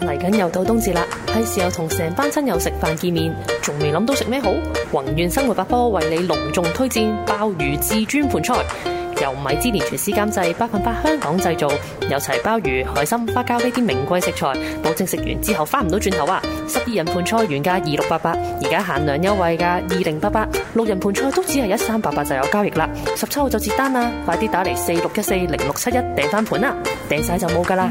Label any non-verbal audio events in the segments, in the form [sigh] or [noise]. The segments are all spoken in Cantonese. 嚟緊又到冬至啦，係時候同成班親友食飯見面，仲未諗到食咩好？宏願生活百科為你隆重推薦鮑魚至尊盤菜，由米芝蓮廚師監製，百分百香港製造，有齊鮑魚、海參、花膠呢啲名貴食材，保證食完之後翻唔到轉頭啊！十二人盤菜原價二六八八，而家限量優惠價二零八八，六人盤菜都只係一三八八就有交易啦，十七號就截單啦，快啲打嚟四六一四零六七一訂翻盤啦，訂晒就冇噶啦！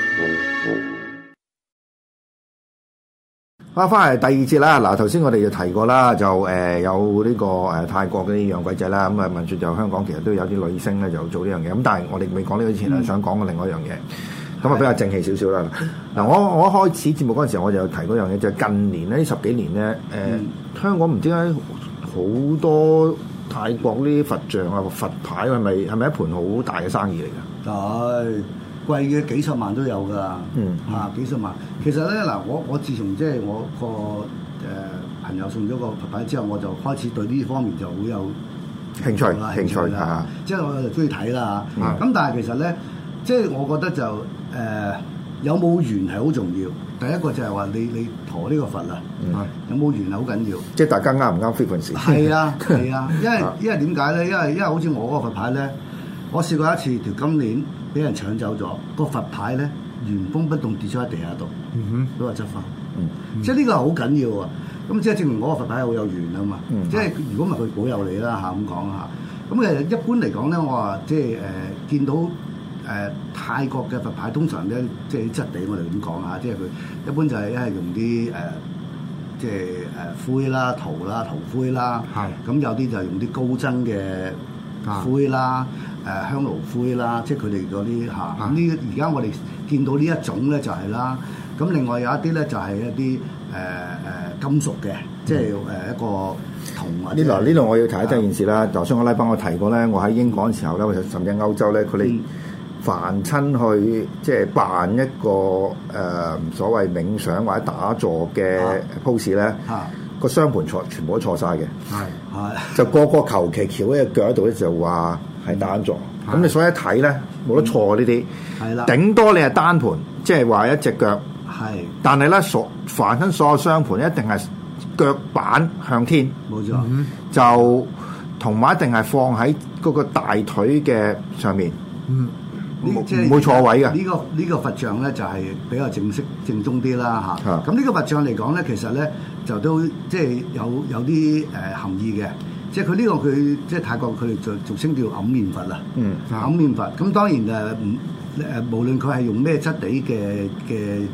啊，翻嚟第二節啦。嗱，頭先我哋就提過啦，就誒、呃有呢、個誒、呃泰國嗰啲洋鬼仔啦。咁啊，聞說就香港其實都有啲女星咧就做呢樣嘢。咁但係我哋未講呢個之前咧，想講嘅另外一樣嘢。咁啊，比較正氣少少啦。嗱，我我一開始節目嗰陣時候，我就提嗰樣嘢，就係近年咧呢十幾年咧，誒、香港唔知點解好多泰國呢啲佛像啊、佛牌係咪係咪一盤好大嘅生意嚟㗎？係貴嘅幾十萬都有㗎，嗯啊幾十萬。其實咧嗱，我我自從即係我個誒、呃朋友送咗個佛牌之後，我就開始對呢方面就好有興趣興趣啊啦，，即係我就中意睇啦。嗯咁但係其實咧，即係我覺得就誒、呃有冇緣係好重要。第一個就係話你你陀呢個佛啊，嗯有冇緣係好緊要。即係大家啱唔啱 frequency？係啊，係啊，因為啊因為點解咧？因為因為好似我嗰個佛牌咧，我試過一次條金鏈俾人搶走咗，個佛牌咧原封不動跌咗喺地下度，嗯都話執翻。即係呢個好緊要啊！咁即係證明我個佛牌好有緣啊嘛。嗯即係如果唔係佢保佑你啦嚇咁講嚇。咁誒一般嚟講咧，我話即係誒、見到誒、泰國嘅佛牌，通常咧即係質地我哋點講嚇，啊即係佢一般就係一係用啲誒。即係誒灰啦、陶啦、陶灰啦，咁有啲就用啲高僧嘅灰啦、誒、香爐灰啦，即係佢哋嗰啲嚇。咁呢而家我哋見到呢一種咧就係啦，咁另外有一啲咧就係一啲誒誒金屬嘅，即係誒一個銅或呢者度呢度我要提一啊提一件事啦。頭先我拉班我提過咧，我喺英國嘅時候咧，或者甚至歐洲咧，佢哋嗯凡親去即係扮一個誒、呃所謂冥想或者打坐嘅啊 pose 咧啊，個雙盤錯全部都錯晒嘅，係就個個求其翹一隻腳喺度咧就話嗯係單坐。咁你所以一睇咧冇得錯啊呢啲，啊係啦，頂多你係單盤，即係話一隻腳。係但係咧，所凡身所有雙盤一定係腳板向天，冇錯，就同埋一定係放喺嗰個大腿嘅上面，呢唔即係唔會錯位嘅呢、個呢、個佛像咧就係比較正式正宗啲啦嚇。啊咁呢個佛像嚟講咧，其實咧就都即係有有啲誒、呃含義嘅。即係佢呢個佢即係泰國佢哋俗俗稱叫揞面佛啦，嗯揞面佛。咁當然誒唔誒，無論佢係用咩質地嘅嘅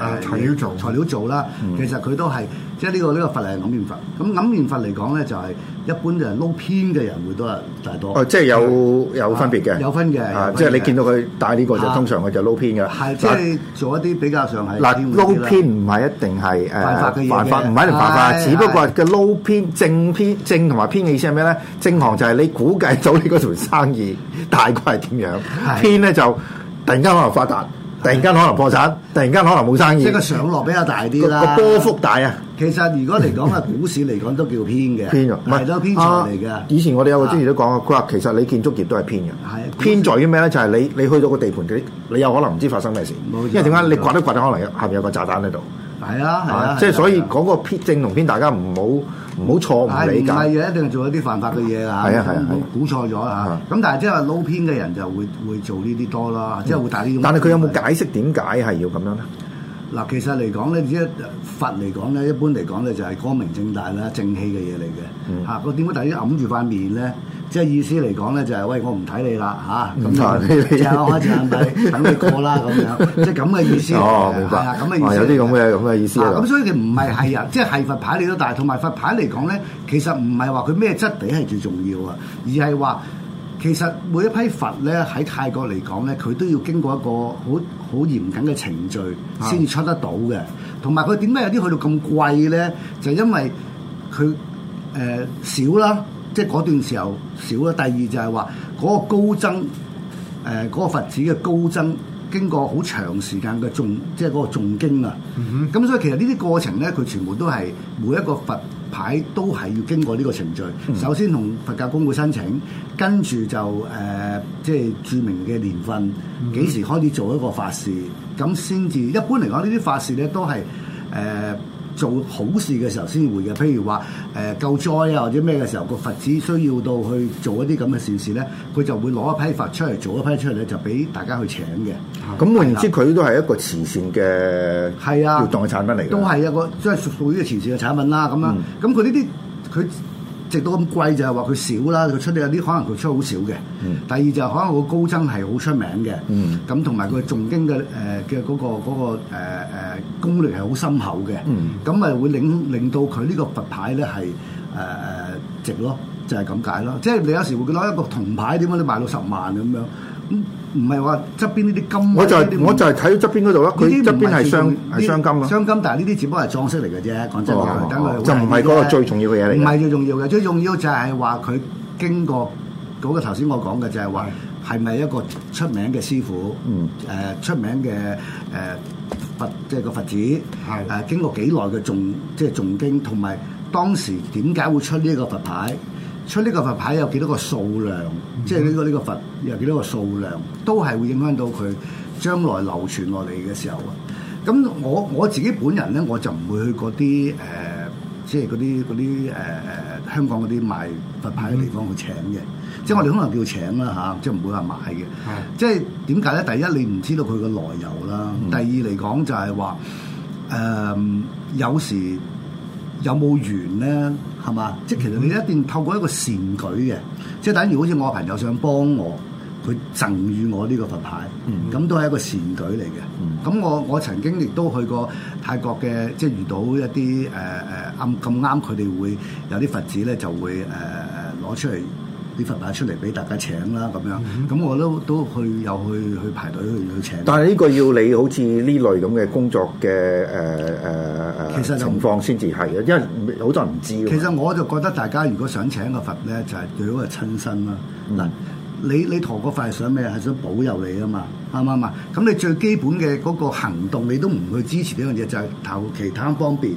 啊誒材料做材料做啦，嗯其實佢都係即係呢個呢個佛係揞面佛。咁揞面佛嚟講咧，就係一般就係撈偏嘅人會多大多。哦，即係有有分別嘅，有分嘅啊有分即係你嘅見到佢戴呢個就啊通常佢就撈偏嘅，係即係做一啲比較上係嗱偏嗱門啲撈啦偏唔係一定係誒犯法嘅嘢嘅犯法，唔係一定犯法，係只不過嘅撈偏正偏正同埋偏嘅意思係咩咧？正行就係你估計到你嗰條生意 [laughs] 大概係點樣，係偏咧就突然間可能發達，突然間可能破產，突然間可能冇生意，即係個上落比較大啲個啦。嗯個波幅大啊！其實如果嚟講啊，股市嚟講都叫偏嘅，偏咗，唔係都偏啊財嚟嘅。啊以前我哋有個專業都講啊過，佢話其實你建築業都係偏嘅係啊。偏在於咩咧？就係你你去到個地盤嗰啲，你有可能唔知發生咩事。冇錯因為點解你掘一掘，可能有下面有個炸彈喺度。係啊係啊，即係所以係啊講個偏正同偏，大家唔好唔好錯誤係理唔係解。嘅？一定係做一啲犯法嘅嘢啊！係啊係啊係啊估錯咗嚇。咁但係即係話撈偏嘅人就會會做呢啲多啦，即係會帶呢種。但係佢有冇解釋點解係要咁樣咧？嗱，其實嚟講咧，即係佛嚟講咧，一般嚟講咧就係光明正大啦、正氣嘅嘢嚟嗯嘅嚇。佢點解突然間揞住塊面咧？即係意思嚟講咧，就係喂，我唔睇你啦嚇，嗯唔睇咁你就就啊我開隻眼閉，等你過啦咁樣，即係咁嘅意思嚟嘅。哦，明白係啊，咁嘅意哦思。有啲咁嘅咁嘅意思啊咁喺度所以佢唔係係人，即係係佛牌你都大，同埋佛牌嚟講咧，其實唔係話佢咩質地係最重要啊，而係話其實每一批佛咧喺泰國嚟講咧，佢都要經過一個好好嚴謹嘅程序先至出得到嘅。同埋佢點解有啲去到咁貴咧？就因為佢誒、呃少啦，即係嗰段時候少啦。第二就係話嗰個高僧誒嗰、呃個佛寺嘅高僧。經過好長時間嘅誦，即係嗰個誦經啊，咁、所以其實呢啲過程咧，佢全部都係每一個佛牌都係要經過呢個程序。首先同佛教公會申請，跟住就誒、呃即係著名嘅年份，幾時開始做一個法事，咁先至一般嚟講，呢啲法事咧都係誒。呃做好事嘅時候先會嘅，譬如話誒、呃救災啊或者咩嘅時候，個佛子需要到去做一啲咁嘅善事咧，佢就會攞一批佛出嚟，做一批出嚟咧就俾大家去請嘅。咁換言之，佢都啊係一個慈善嘅係啊活動嘅產品嚟嘅。都係一個即係屬於前線嘅產品啦。咁樣嗯咁佢呢啲佢值到咁貴就係話佢少啦，佢出得有啲可能佢出好少嘅。第二就係可能個高僧係好出名嘅嗯，咁同埋佢誦經嘅誒嘅嗰個嗰個誒誒功力係好深厚嘅嗯，咁咪會令令到佢呢個佛牌咧係誒誒呃值咯。就係咁解咯，即係你有時會攞一個銅牌，點解你賣到十萬咁樣？咁唔係話側邊呢啲金，啊我就呢係啲我就係啊睇到側邊嗰度啦，佢側邊係雙係雙金咯。雙金，但係呢啲只不過係裝飾嚟嘅啫。講真嗰哦句，等佢就唔係嗰個最重要嘅嘢嚟嘅唔係最重要嘅，最重要就係話佢經過嗰個頭先我講嘅就係話係咪一個出名嘅師傅？嗯誒出名嘅誒佛，即係個佛寺。係誒經過幾耐嘅誦，即係誦經，同埋當時點解會出呢個佛牌？出呢個佛牌有幾多個數量？即係呢個呢個佛有幾多個數量，都係會影響到佢將來流傳落嚟嘅時候啊！咁我我自己本人咧，我就唔會去嗰啲誒，即係嗰啲嗰啲誒誒香港嗰啲賣佛牌嘅地方去請嘅。即係我哋可能叫請啦嚇，即係唔會話買嘅。即係點解咧？第一，你唔知道佢嘅來由啦；第二嚟講就係話，誒、有時有冇緣咧，係嘛？即係其實你一定透過一個善舉嘅，即係等於好似我朋友想幫我，佢贈予我呢個佛牌，嗯咁、都係一個善舉嚟嘅。咁、我我曾經亦都去過泰國嘅，即係遇到一啲誒誒啱咁啱佢哋會有啲佛子咧就會誒誒攞出嚟。啲佛牌出嚟俾大家請啦，咁樣，咁、我都都去有去去排隊去去請。嗯但係呢個要你好似呢類咁嘅工作嘅誒誒其實誒就情況先至係嘅，因為好多人唔知㗎其實我就覺得大家如果想請個佛咧，就係、最好係親身啦。嗯嗱、哦你你陀個佛係想咩？係想保佑你啊嘛，啱唔啱啊？咁你最基本嘅嗰個行動，你都唔去支持呢樣嘢，就係、求其他方便，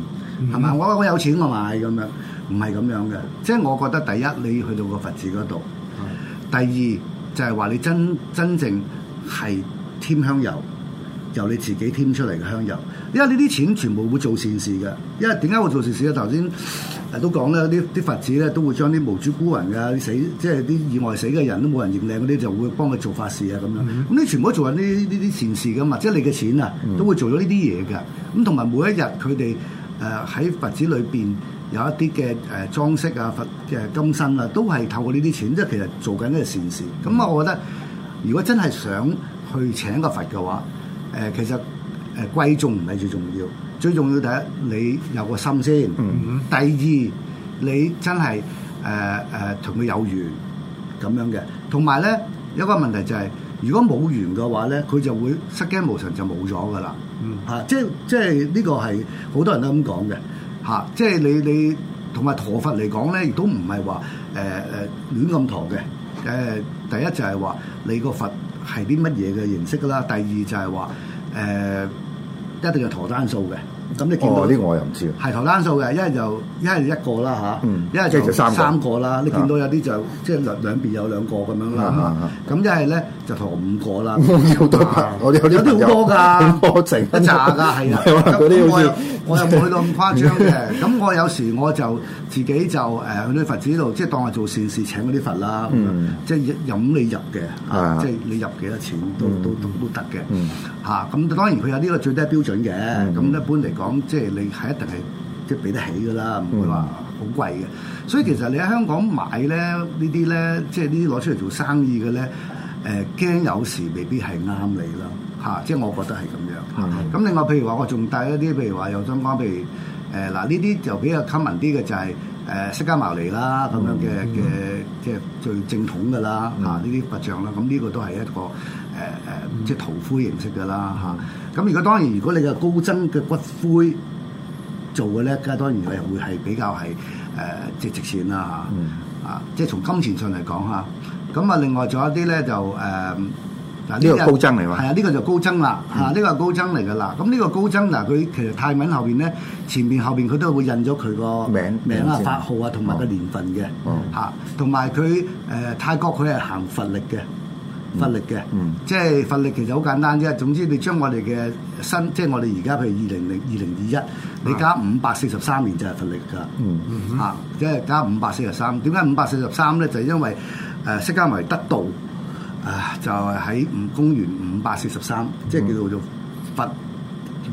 係咪、我我有錢我買咁樣，唔係咁樣嘅。即係我覺得第一，你去到個佛寺嗰度。第二就係話你真真正係添香油，由你自己添出嚟嘅香油，因為呢啲錢全部會做善事嘅。因為點解會做善事咧？頭先誒都講啦，啲啲佛子咧都會將啲無主孤魂啊、啲死即係啲意外死嘅人都冇人認領嗰啲，就會幫佢做法事啊咁樣。咁你、全部都做緊呢啲呢啲善事噶嘛，即係你嘅錢啊，都會做咗呢啲嘢嘅。咁同埋每一日佢哋誒喺佛寺裏邊。有一啲嘅誒裝飾啊、佛嘅金身啊，都係透過呢啲錢，即係其實做緊呢個善事。咁啊，我覺得如果真係想去請個佛嘅話，誒、其實誒、呃貴重唔係最重要，最重要第一你有個心先，第二你真係誒誒同佢有緣咁樣嘅，同埋咧有一個問題就係、如果冇緣嘅話咧，佢就會失驚無神就冇咗噶啦。嗯嚇、即係即係呢個係好多人都咁講嘅嚇，即係你你同埋陀佛嚟講咧，亦都唔係話誒誒亂咁陀嘅。誒、第一就係話你個佛係啲乜嘢嘅形式㗎啦，第二就係話誒一定係陀單數嘅。咁你見到哦，呢個我又唔知。係頭單數嘅，一係就一係一個啦嚇嗯，一係即係就就三個三個啦。你啊見到有啲就即係兩兩邊有兩個咁樣啊啊啦啊，咁一係咧就陀五個啦。啊我有好多朋友，我有有啲朋啲友好多㗎，好多剩一紮㗎，係啊。可能嗰咁啲好我似又我又冇去到咁誇張嘅。咁我有時我就自己就誒去到佛寺度，即係當係做善事請嗰啲佛啦，咁樣嗯即係飲你入嘅，啊啊即係你入幾多錢都都都都得嘅嗯。嚇咁當然佢有呢個最低標準嘅。咁一般嚟講，即係你係一定係即係俾得起㗎啦，唔會話。好貴嘅，所以其實你喺香港買咧呢啲咧，即係呢啲攞出嚟做生意嘅咧，誒、驚有時未必係啱你啦，嚇、即係我覺得係咁樣。嚇嗯咁、另外譬如話我仲帶一啲，譬如話有相關，譬如誒嗱呢啲就比較 common 啲嘅就係、誒、誒釋迦牟尼啦咁樣嘅嘅即係最正統嘅啦嚇，呢啲佛像啦，咁呢個都係一個誒誒、即係陶灰形式嘅啦嚇。咁如果當然，如果你嘅高僧嘅骨灰做嘅咧，梗係當然你會係比較係誒、即係值錢啦嚇。嗯啊，即係從金錢上嚟講嚇。咁啊，另外仲有啲咧就誒，嗱呢個高僧嚟喎嗯係啊，呢個就高僧啦嚇，呢個係高僧嚟㗎啦。咁呢個高僧嗱，佢其實泰文後邊咧，前面後邊佢都會印咗佢個名名名啊、字法號啊，同埋個年份嘅哦嚇，同埋佢誒泰國佢係行佛力嘅。佛力嘅，嗯即係佛力其實好簡單啫。總之你將我哋嘅新，即係我哋而家譬如二零零二零二一，你加五百四十三年就係佛力㗎啦。啊嗯啊，即係加五百四十三。點解五百四十三咧？就係因為誒釋迦牟尼得道啊，就係喺五公元五百四十三，即係叫做佛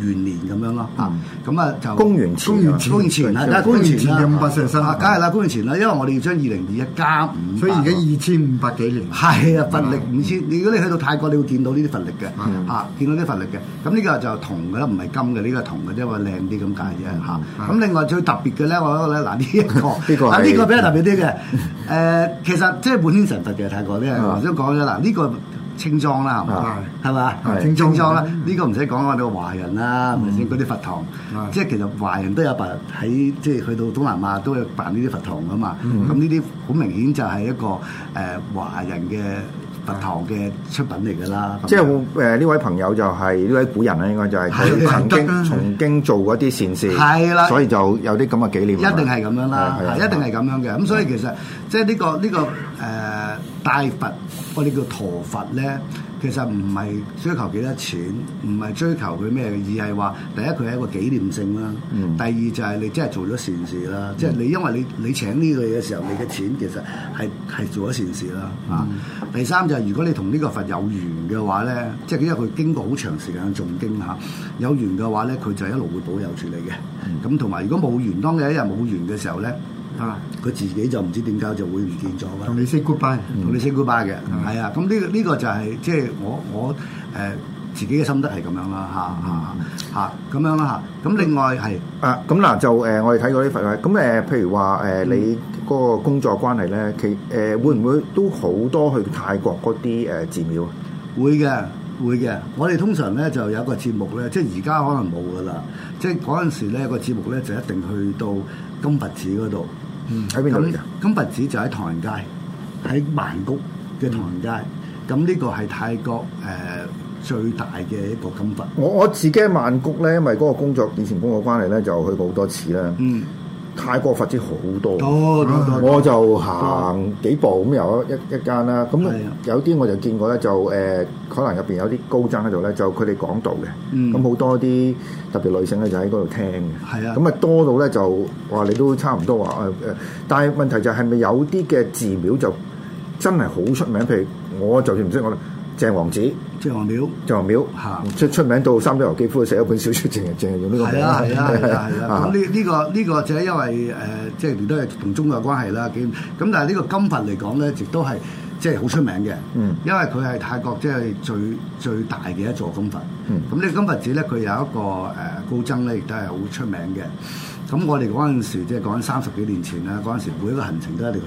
元年咁樣咯。啊嗯，咁啊就公元前公元啊前公元前啦，梗係公元前前啦，嘅543啊梗係啦，公元前啦，因為我哋要將二零二一加五，嗯所以而啊家二千五百幾年，係啊，佛力五千。如果你去到泰國，你會見到呢啲佛力嘅，嚇見到啲佛力嘅。咁呢個就銅嘅啦，唔係金嘅，呢個係銅嘅啫，話靚啲咁解啫嚇。咁另外最特別嘅咧，我覺得嗯 [laughs] 咧，嗱呢一個，啊呢個係嗱呢個比較特別 [laughs] 啲嘅。誒，其實即係滿天神佛嘅泰國咧，啊頭先講咗啦，呢個清裝啦，係嘛啊？嗯係嘛？係清清裝裝啦，呢個唔使講我哋華人啦，係咪嗯先？嗰啲佛堂啊，即係其實華人都有辦喺即係去到東南亞都有辦呢啲佛堂噶嘛。嗯咁呢啲好明顯就係一個誒華人嘅佛堂嘅出品嚟㗎啦。咁即係誒呢位朋友就係呢位古人咧，應該就係係佢曾係得經啦曾經做過啲善事，係啦所以就有啲咁嘅紀念。啊一定係咁樣啦，係係係啊一定係咁樣嘅。咁所以其實即係呢個呢個誒大佛，啊我哋叫陀佛咧，其實唔係追求幾多錢，唔係追求佢咩嘅，而係話第一佢係一個紀念性啦，嗯第二就係你真係做咗善事啦，即係你因為你你請呢個嘢嘅時候，你嘅錢其實係係做咗善事啦啊。第三就係如果你同呢個佛有緣嘅話咧，即係因為佢經過好長時間嘅誦經嚇，有緣嘅話咧，佢就一路會保佑住你嘅。咁同埋如果冇緣，當你一日冇緣嘅時候咧，啊，佢自己就唔知點解就會唔見咗㗎啦同。你 say goodbye，同你 say goodbye 嘅，係啊，咁呢個呢個就係即係我我誒自己嘅心得係咁樣啦嚇嚇嚇咁樣啦嚇，咁另外係啊，咁嗱就誒、呃我哋睇過啲佛牌，咁誒、呃譬如話誒、呃嗯你嗰個工作關係咧，其誒、呃、會唔會都好多去泰國嗰啲誒寺廟啊？會嘅。會嘅，我哋通常咧就有一個節目咧，即係而家可能冇噶啦。即係嗰陣時咧，有個節目咧就一定去到金佛寺嗰度。喺邊度嚟嗯咁㗎？金佛寺就喺唐人街，喺曼谷嘅唐人街。咁呢個係泰國誒、最大嘅一個金佛。我我自己喺曼谷咧，因為嗰個工作以前工作關係咧，就去過好多次啦。嗯，泰國佛寺好多。啊哦多多多我就行幾步咁有一一間啦，咁係啊有啲我就見過咧，就誒、呃可能入邊有啲高僧喺度咧，就佢哋講道嗯嘅，咁好、多啲特別女性咧就喺嗰度聽嘅，係啊咁啊多到咧就話你都差唔多話誒誒，但係問題就係咪有啲嘅寺廟就真係好出名，譬如我就算唔識我鄭王子。即係王廟。鄭王廟嚇出出名到三島由紀夫寫一本小説，淨係淨係用呢個名係啊係啊係啊 [laughs] 係啊啊！咁呢呢個呢個就係因為誒，呃即係亦都係同中國有關係啦。咁咁但係呢個金佛嚟講咧，亦都係即係好出名嘅。嗯因為佢係泰國即係最最大嘅一座金佛。嗯咁呢個金佛寺咧，佢有一個誒呃高僧咧，亦都係好出名嘅。咁我哋嗰陣時即係講緊三十幾年前啦，嗰陣時每一個行程都一定去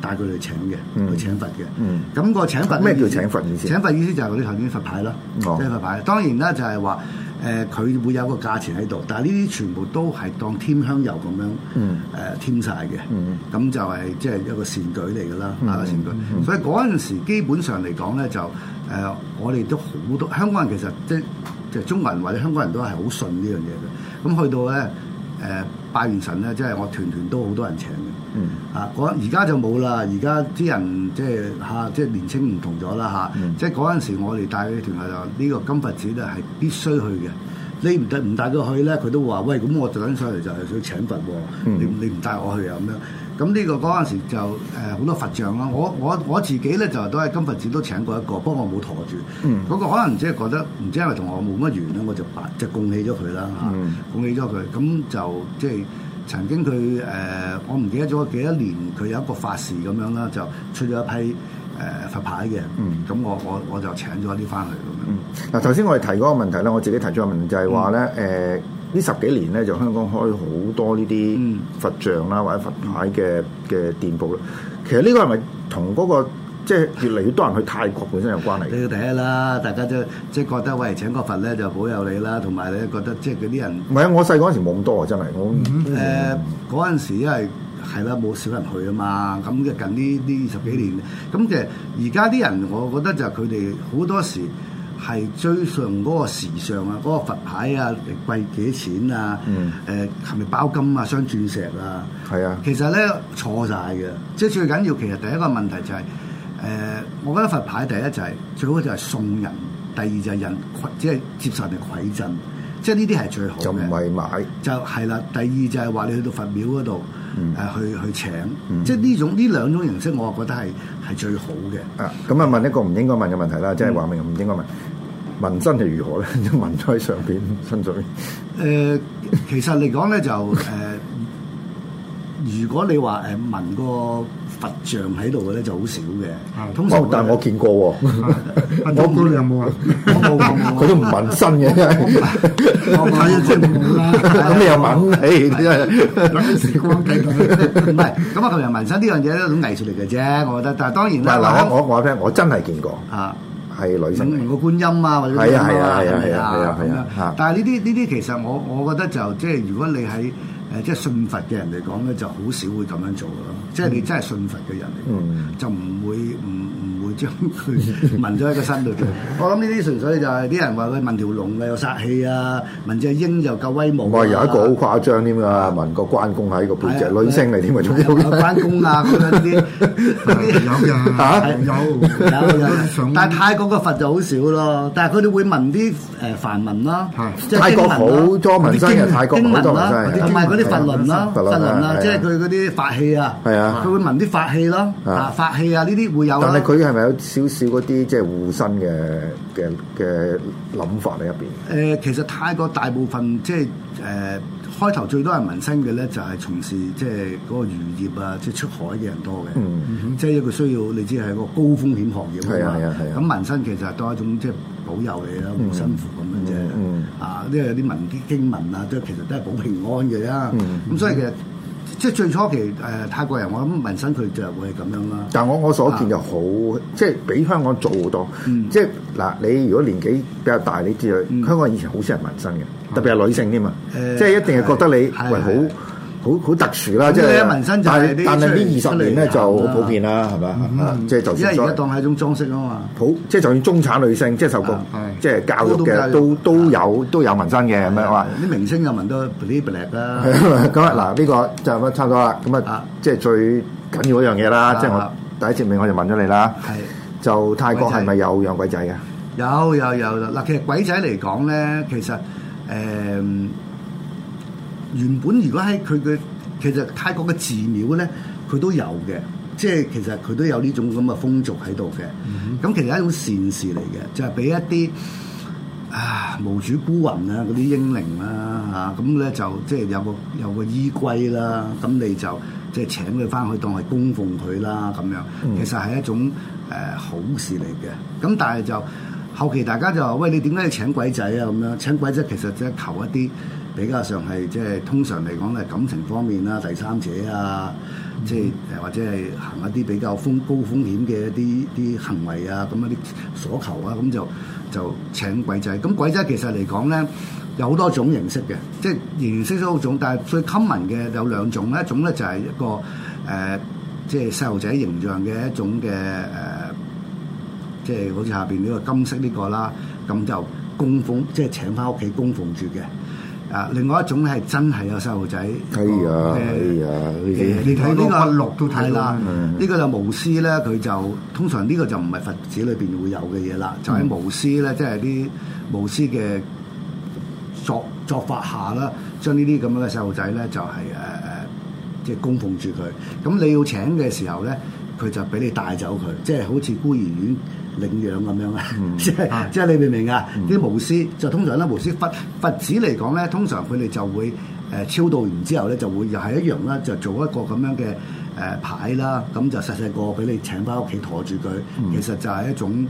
帶佢哋請嘅，嗯去請佛嘅。嗯咁個請佛咩嘅意叫思請佛意思請佛意思就係嗰啲頭先佛牌啦，即哦係佛牌。當然啦，就係話誒，佢會有個價錢喺度，但係呢啲全部都係當添香油咁樣嗯誒添晒嘅嗯。咁就係即係一個善舉嚟㗎啦，嗯一個善舉。所以嗰陣時基本上嚟講咧，就誒我哋都好多香港人其實即係即係中國人或者香港人都係好信呢樣嘢嘅。咁去到咧誒拜完神咧，即係我團團都好多人請嘅。嗯啊！嗰而家就冇啦，而家啲人即係嚇，即係年青唔同咗啦嚇。嗯即係嗰陣時，我哋帶嗰啲團去就呢個金佛寺咧係必須去嘅。你唔帶唔帶佢去咧，佢都話：喂，咁我特登上嚟就係想請佛喎、嗯你你唔帶我去啊咁樣。咁呢個嗰陣時就誒好、多佛像啦。我我我自己咧就都喺金佛寺都請過一個，不過我冇陀住。嗰、嗯個可能即係覺得唔知係咪同我冇乜緣咧，我就白就供起咗佢啦嚇。嗯恭喜咗佢。咁就即係曾經佢誒、呃我唔記得咗幾多年，佢有一個法事咁樣啦，就出咗一批誒、呃佛牌嘅。嗯咁我我我就請咗啲翻嚟咁樣。嗱，頭先我哋提嗰個問題咧，我自己提出個問題就係話咧，誒、呢十幾年咧，就香港開好多呢啲嗯佛像啦，或者佛牌嘅嘅店鋪啦。其實呢個係咪同嗰個即係越嚟越多人去泰國本身有關係？呢個第一啦，大家都即係覺得喂請個佛咧就好有理啦，同埋咧覺得即係嗰啲人唔係啊！我細個嗰陣時冇咁多啊，真係我嗯誒嗰陣時因為係啦，冇少人去啊嘛，咁嘅近呢呢二十幾年，咁其實而家啲人，我覺得就佢哋好多時係追上嗰個時尚啊，嗰、個佛牌啊，貴幾錢啊嗯，誒係咪包金啊、雙鑽石啊？係啊，其實咧錯晒嘅，即係最緊要其實第一個問題就係、誒、我覺得佛牌第一就係、最好就係送人，第二就係人即係接受人哋饋贈，即係呢啲係最好嘅。就唔係買。就係啦。第二就係話你去到佛廟嗰度嗯誒去去請，嗯即係呢種呢兩種形式，我覺得係係最好嘅。啊，咁啊問一個唔應該問嘅問題啦，即係話明唔應該問紋身係如 [laughs] 何咧？紋咗喺上邊身上邊，誒、其實嚟講咧就誒、如果你話誒紋個佛像喺度嘅咧就好少嘅，係通常哦，但係我見過喎，阿多哥你有 [laughs] 冇啊？我冇我 [laughs] 冇佢都唔紋身嘅，真係 [laughs] 我冇睇咗即係 [laughs] 冇啦。咁你又紋你真係。有時光睇佢，唔係咁啊啊！琴日紋身呢樣嘢都係一種藝術嚟嘅啫，我覺得。但係當唔然係啦，嗱，我我我話俾你聽，我真係見過，啊。係女整性明個觀音啊，或者係啊係啊觀係音啊係啊係啊咁樣係啊但係呢啲呢啲其實我我覺得就即係如果你喺誒即係信佛嘅人嚟講咧，就好少會咁樣做嘅咯。即係你真係信佛嘅人嚟嗯講，就唔會唔唔會將佢 [laughs] 紋咗喺個身 [laughs] 度嘅。我諗呢啲純粹就係啲人話喂紋條龍啊，有殺氣啊，紋隻鷹又夠威唔武啊。係有一個好誇張添㗎，紋個關公喺個背脊，女星嚟添啊，仲 [laughs] 有要關公啊咁樣 [laughs] 呢啲呢啲。啊有 [laughs] 嚇㗎，有有有上但係泰國嘅佛就好少咯，但係佢哋會問啲誒梵文啦係，即係泰經國文啦好多紋身嘅，泰國經好文多紋啦，身同嘅。埋嗰啲佛輪啦、佛佛輪啊輪啦係啊，即係佢嗰啲法器啊，係啊佢會問啲法器咯，啊啊法器啊呢啲會有但啦係。佢係咪有少少嗰啲即係護身嘅嘅嘅諗法喺入邊？誒其實泰國大部分即係誒開頭最多人紋身嘅咧，就係從事即係嗰個漁業啊，即係出海嘅人多嘅。嗯即係一個需要，你知係一個高風險行業係啊嘛係啊係啊咁紋身其實係多一種即係保佑你啦，護身符咁樣啫。嗯啊，因為有啲文啲經文啊，都其實都係保平安嘅啦。咁、嗯所以其實即係最初期誒、泰國人，我諗紋身佢就會係咁樣啦。但我我所見就好，即係比香港早好多。嗯即係嗱，你如果年紀比較大，你知道、嗯香港以前好少人紋身嘅，特別係女性添嘛，誒即係一定係覺得你係喂係好好好特殊啦。咁即你係一紋身就係但啲但係呢二出嚟十年咧行就好啦嗯普遍啦，係咪啊？即係就因算為而家再當係一種裝飾啊嘛。普，即係就算中產女性，即係受過啊係即係教育嘅，高都等教都育啊有都有紋身嘅咁樣話。啲明星又聞到 bling [laughs] bling 啦。咁啊，嗱呢個就咁差唔多啦。咁啊啊，即係最緊要嗰樣嘢啦，即係我啊第一節面我就問咗你啦。係。就泰國係咪有養鬼仔啊嘅？有有有啦！嗱，其實鬼仔嚟講咧，其實誒、原本如果喺佢嘅其實泰國嘅寺廟咧，佢都有嘅，即係其實佢都有呢種咁嘅風俗喺度嘅。咁、其實係一種善事嚟嘅，就係、俾一啲啊無主孤魂啊嗰啲英靈啦嚇，咁、咧就即係有個有個衣櫃啦，咁你就即係請佢翻去當係供奉佢啦咁樣，其實係一種誒、呃好事嚟嘅。咁但係就後期大家就話：喂，你點解要請鬼仔啊？咁樣請鬼仔其實即係求一啲比較上係即係通常嚟講係感情方面啦、第三者啊，即係呃誒或者係行一啲比較風高風險嘅一啲啲行為啊，咁一啲所求啊，咁就就請鬼仔。咁鬼仔其實嚟講咧。有好多種形式嘅，即係形式都好種，但係最 common 嘅有兩種咧，一種咧就係一個誒、呃即係細路仔形象嘅一種嘅誒、呃即係好似下邊呢個金色呢、個啦，咁就供奉，即係請翻屋企供奉住嘅。啊，另外一種咧係真係有細路仔，呃哎呀，哎呀，呢啲你睇呢個骨碌都睇到係啦嗯，呢個就巫師咧，佢就通常呢個就唔係佛寺裏邊會有嘅嘢啦，就喺巫師咧，即係啲巫師嘅作作法下啦，將呢啲咁樣嘅細路仔咧就係誒誒，即係供奉住佢。咁你要請嘅時候咧，佢就俾你帶走佢，即係好似孤兒院。領養咁樣啊， [laughs] 即係即係你明唔明啊？啲巫師就通常咧，巫師佛佛寺嚟講咧，通常佢哋就會誒、誒超度完之後咧，就會又係一樣啦，就做一個咁樣嘅誒呃牌啦，咁就細細個俾你請翻屋企陀住佢，嗯其實就係一種誒、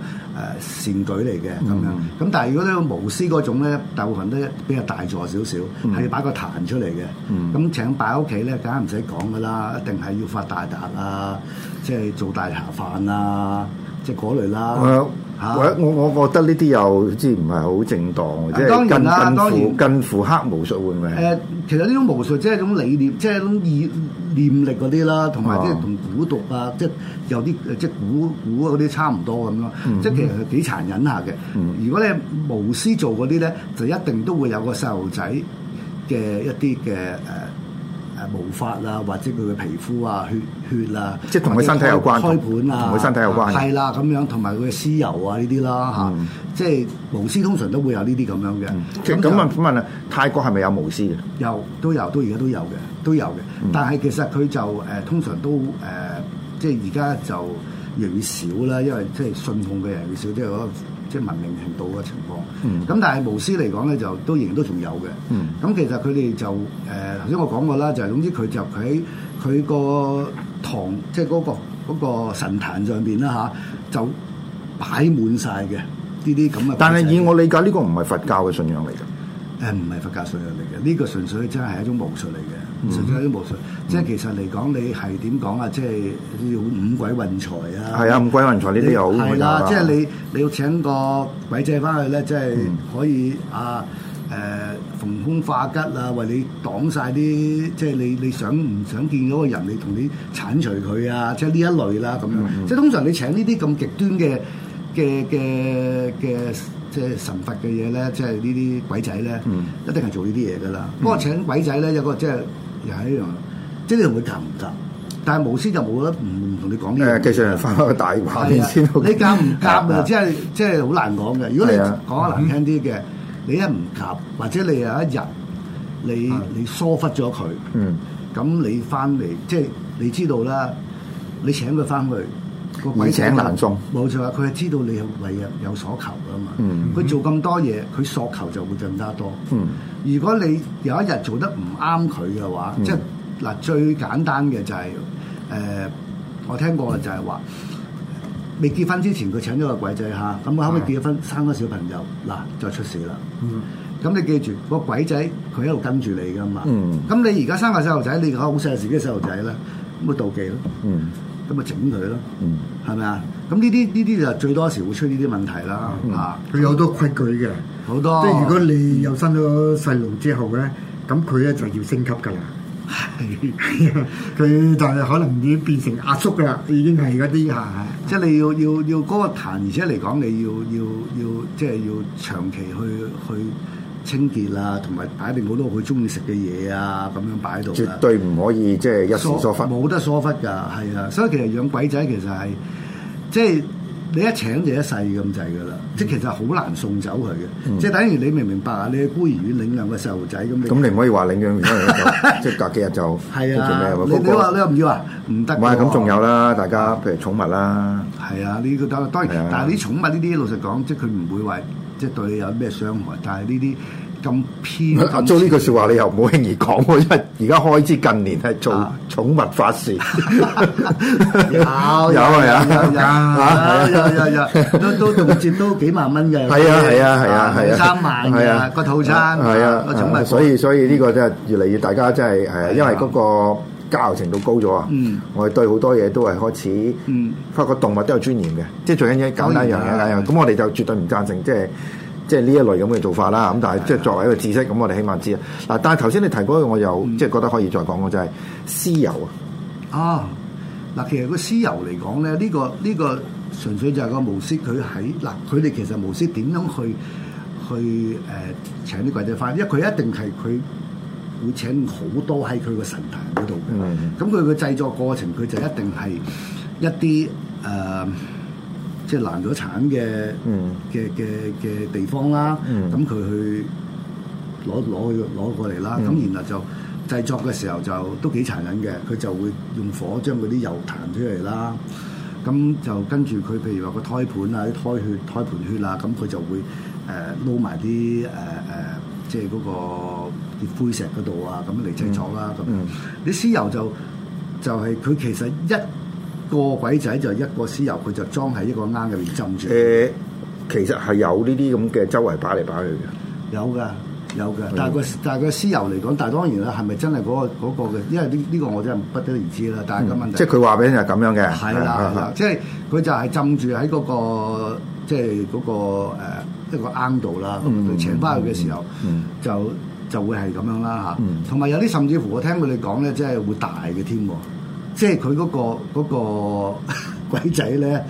善舉嚟嘅咁樣。咁、但係如果呢個巫師嗰種咧，大部分都比較大座少少，嗯係要擺個壇出嚟嘅。咁、請擺喺屋企咧，梗係唔使講噶啦，一定係要發大達啊，即係做大茶飯啊，即係嗰類啦。誒嚇我我我覺得呢啲又即係唔係好正當，即係當然啦當近近乎然近乎黑巫術會唔誒、會？其實呢種巫術即係一種理念，即係一種意念力嗰啲啦，同埋哦即係同古毒啊，即係有啲即係古古嗰啲差唔多咁咯。嗯即係其實幾殘忍下嘅。如果你巫師做嗰啲咧，就一定都會有個細路仔嘅一啲嘅誒。誒毛髮啊，或者佢嘅皮膚啊、血血啊，即係同佢身體有關或者開盤啊，同佢身體有關係啦，咁樣同埋佢嘅屍油啊呢啲啦嚇，嗯即係巫師通常都會有呢啲咁樣嘅。即係就咁問咁問啊，泰國係咪有巫師嘅？啊有都有，都而家都有嘅，都有嘅。嗯但係其實佢就誒、呃通常都誒、呃即係而家就越嚟越少啦，因為即係信奉嘅人越少，即係嗰個即係文明程度嘅情況。咁、但係巫師嚟講咧，就都仍然都仲有嘅。咁、嗯其實佢哋就誒呃頭先我講過啦，就係總之佢就佢喺佢個堂，即係嗰、個嗰、個神壇上邊啦吓，就擺滿晒嘅呢啲咁嘅古仔。但係以我理解，呢個唔係佛教嘅信仰嚟嘅。誒唔係佛教信仰嚟嘅，呢、個純粹真係一種巫術嚟嗯嘅，純粹係一種巫術。即係其實嚟講，你係點講啊？即係要五鬼運財啊！係啊，五鬼運財呢啲又好係複雜啦，即係你你要請個鬼仔翻去咧，即係可以啊誒、逢凶化吉啊，為你擋晒啲即係你你想唔想見嗰個人，你同你剷除佢啊，即係呢一類啦咁樣。即係通常你請呢啲咁極端嘅嘅嘅嘅。即係神佛嘅嘢咧，即係呢啲鬼仔咧，一定係做呢啲嘢噶啦。不過請鬼仔咧，有個即係又係一樣，即係你同佢夾唔夾？但係巫師就冇得唔唔同你講呢樣誒，嘢。技術人翻返個大畫係面啊先好。你夾唔夾係啊？啊即係即係好難講嘅。如果你係啊講得難聽啲嘅，你一唔夾，或者你有一日你你疏忽咗佢，嗯，咁你翻嚟即係你知道啦，你請佢翻去。個易請難送，冇錯啊！佢係知道你係為人有所求噶嘛。嗯佢、做咁多嘢，佢所求就會更加多。嗯如果你有一日做得唔啱佢嘅話，即係嗱最簡單嘅就係、誒、我聽過嘅就係話未結婚之前佢請咗個鬼仔嚇，咁佢後尾結咗婚生咗小朋友，嗱就出事啦。咁你記住個鬼仔佢喺度跟住你噶嘛，咁、嗯你而家生個細路仔，你好錫自己細路仔啦，咁咪妒忌咯，嗯咁咪整佢咯，嗯，係咪啊？咁呢啲呢啲就最多時會出呢啲問題啦，嚇、佢有好多規矩嘅。好多。即係如果你有生咗細路之後咧，咁佢咧就要升級㗎啦。啊佢就係可能已經變成阿叔㗎啦，已經係嗰啲嚇。即係你要要要嗰個壇，而且嚟講你要要要即係要長期去去清潔啊，同埋擺定好多佢中意食嘅嘢啊，咁樣擺喺度絕啦。對唔可以即係一時疏忽。冇得疏忽㗎，係啊，所以其實養鬼仔其實係即係你一請就一世咁滯㗎啦，嗯即係其實好難送走佢嘅，即係等於你明唔明白啊？你去孤兒院領兩個細路仔咁，咁你唔可以話領養完翻嚟就即係隔幾日就係即係啊咩？喎你嗰你個話你話唔要啊？唔得㗎唔喎。係咁，仲有啦，大家譬如寵物啦，係啊，呢個當當係啊然，但係啲寵物呢啲老實講，即係佢唔會話即係對你有咩傷害，但係呢啲咁 [laughs] [laughs] 偏阿咁 Jo 呢句説話你又唔好輕易講喎，因為而家開始近年係做啊寵物法 [laughs] 事， [laughs] 有有有係啊 [laughs] 啊有有有有有有都都動接都幾萬蚊 [laughs] 嘅，係啊係啊係啊係啊，三萬係啊嘅個套餐，係啊個寵物，所以所以呢個真係越嚟越大家真係啊誒，因為嗰個交流程度高咗啊嗯，我哋對好多嘢都係開始嗯發覺動物都有尊嚴嘅，即係最緊要簡單一樣當然啦嘢，咁我哋就絕對唔贊成即係。即係呢一類咁嘅做法啦，咁但係即係作為一個知識，咁我哋起碼知啊。嗱，但係頭先你提嗰個，我又即係覺得可以再講嘅就係屍油啊。啊，嗱，其實個屍油嚟講咧，呢、個呢、個純粹就係個巫師佢喺嗱，佢哋其實巫師點樣去去誒、呃、請啲鬼仔翻，因為佢一定係佢會請好多喺佢個神壇嗰度嗯嘅，咁佢嘅製作過程佢就一定係一啲誒。呃即係難咗產嘅嗯嘅嘅嘅地方啦，嗯咁佢、去攞攞去攞過嚟啦，咁、然後就製作嘅時候就都幾殘忍嘅，佢就會用火將嗰啲油彈出嚟啦，咁就跟住佢譬如話個胎盤啊、啲胎血、胎呃盤血啊，咁佢就會誒撈埋啲誒誒，即係嗰個啲灰石嗰度啊，咁嚟製作啦。咁嗯啲屍油就就係、佢其實一個鬼仔就一個屍油，佢就裝喺一個啱入面浸誒，住。呃其實係有呢啲咁嘅周圍擺嚟擺去嘅。有㗎，有㗎，但係個但係個屍油嚟講，但係當然啦，係咪真係嗰、個嗰、個嘅？因為呢呢個我真係不得而知啦。但係個問題嗯即係佢話啊俾你係咁樣嘅，係啦，係啦，即係佢就係浸住喺嗰個即係嗰個誒一個啱度啦。咁嗯佢請翻去嘅時候嗯，就就會係咁樣啦嚇嗯。同埋有啲甚至乎我聽佢哋講咧，即係會大嘅添喎，即係佢嗰個嗰個 [laughs] 鬼仔咧。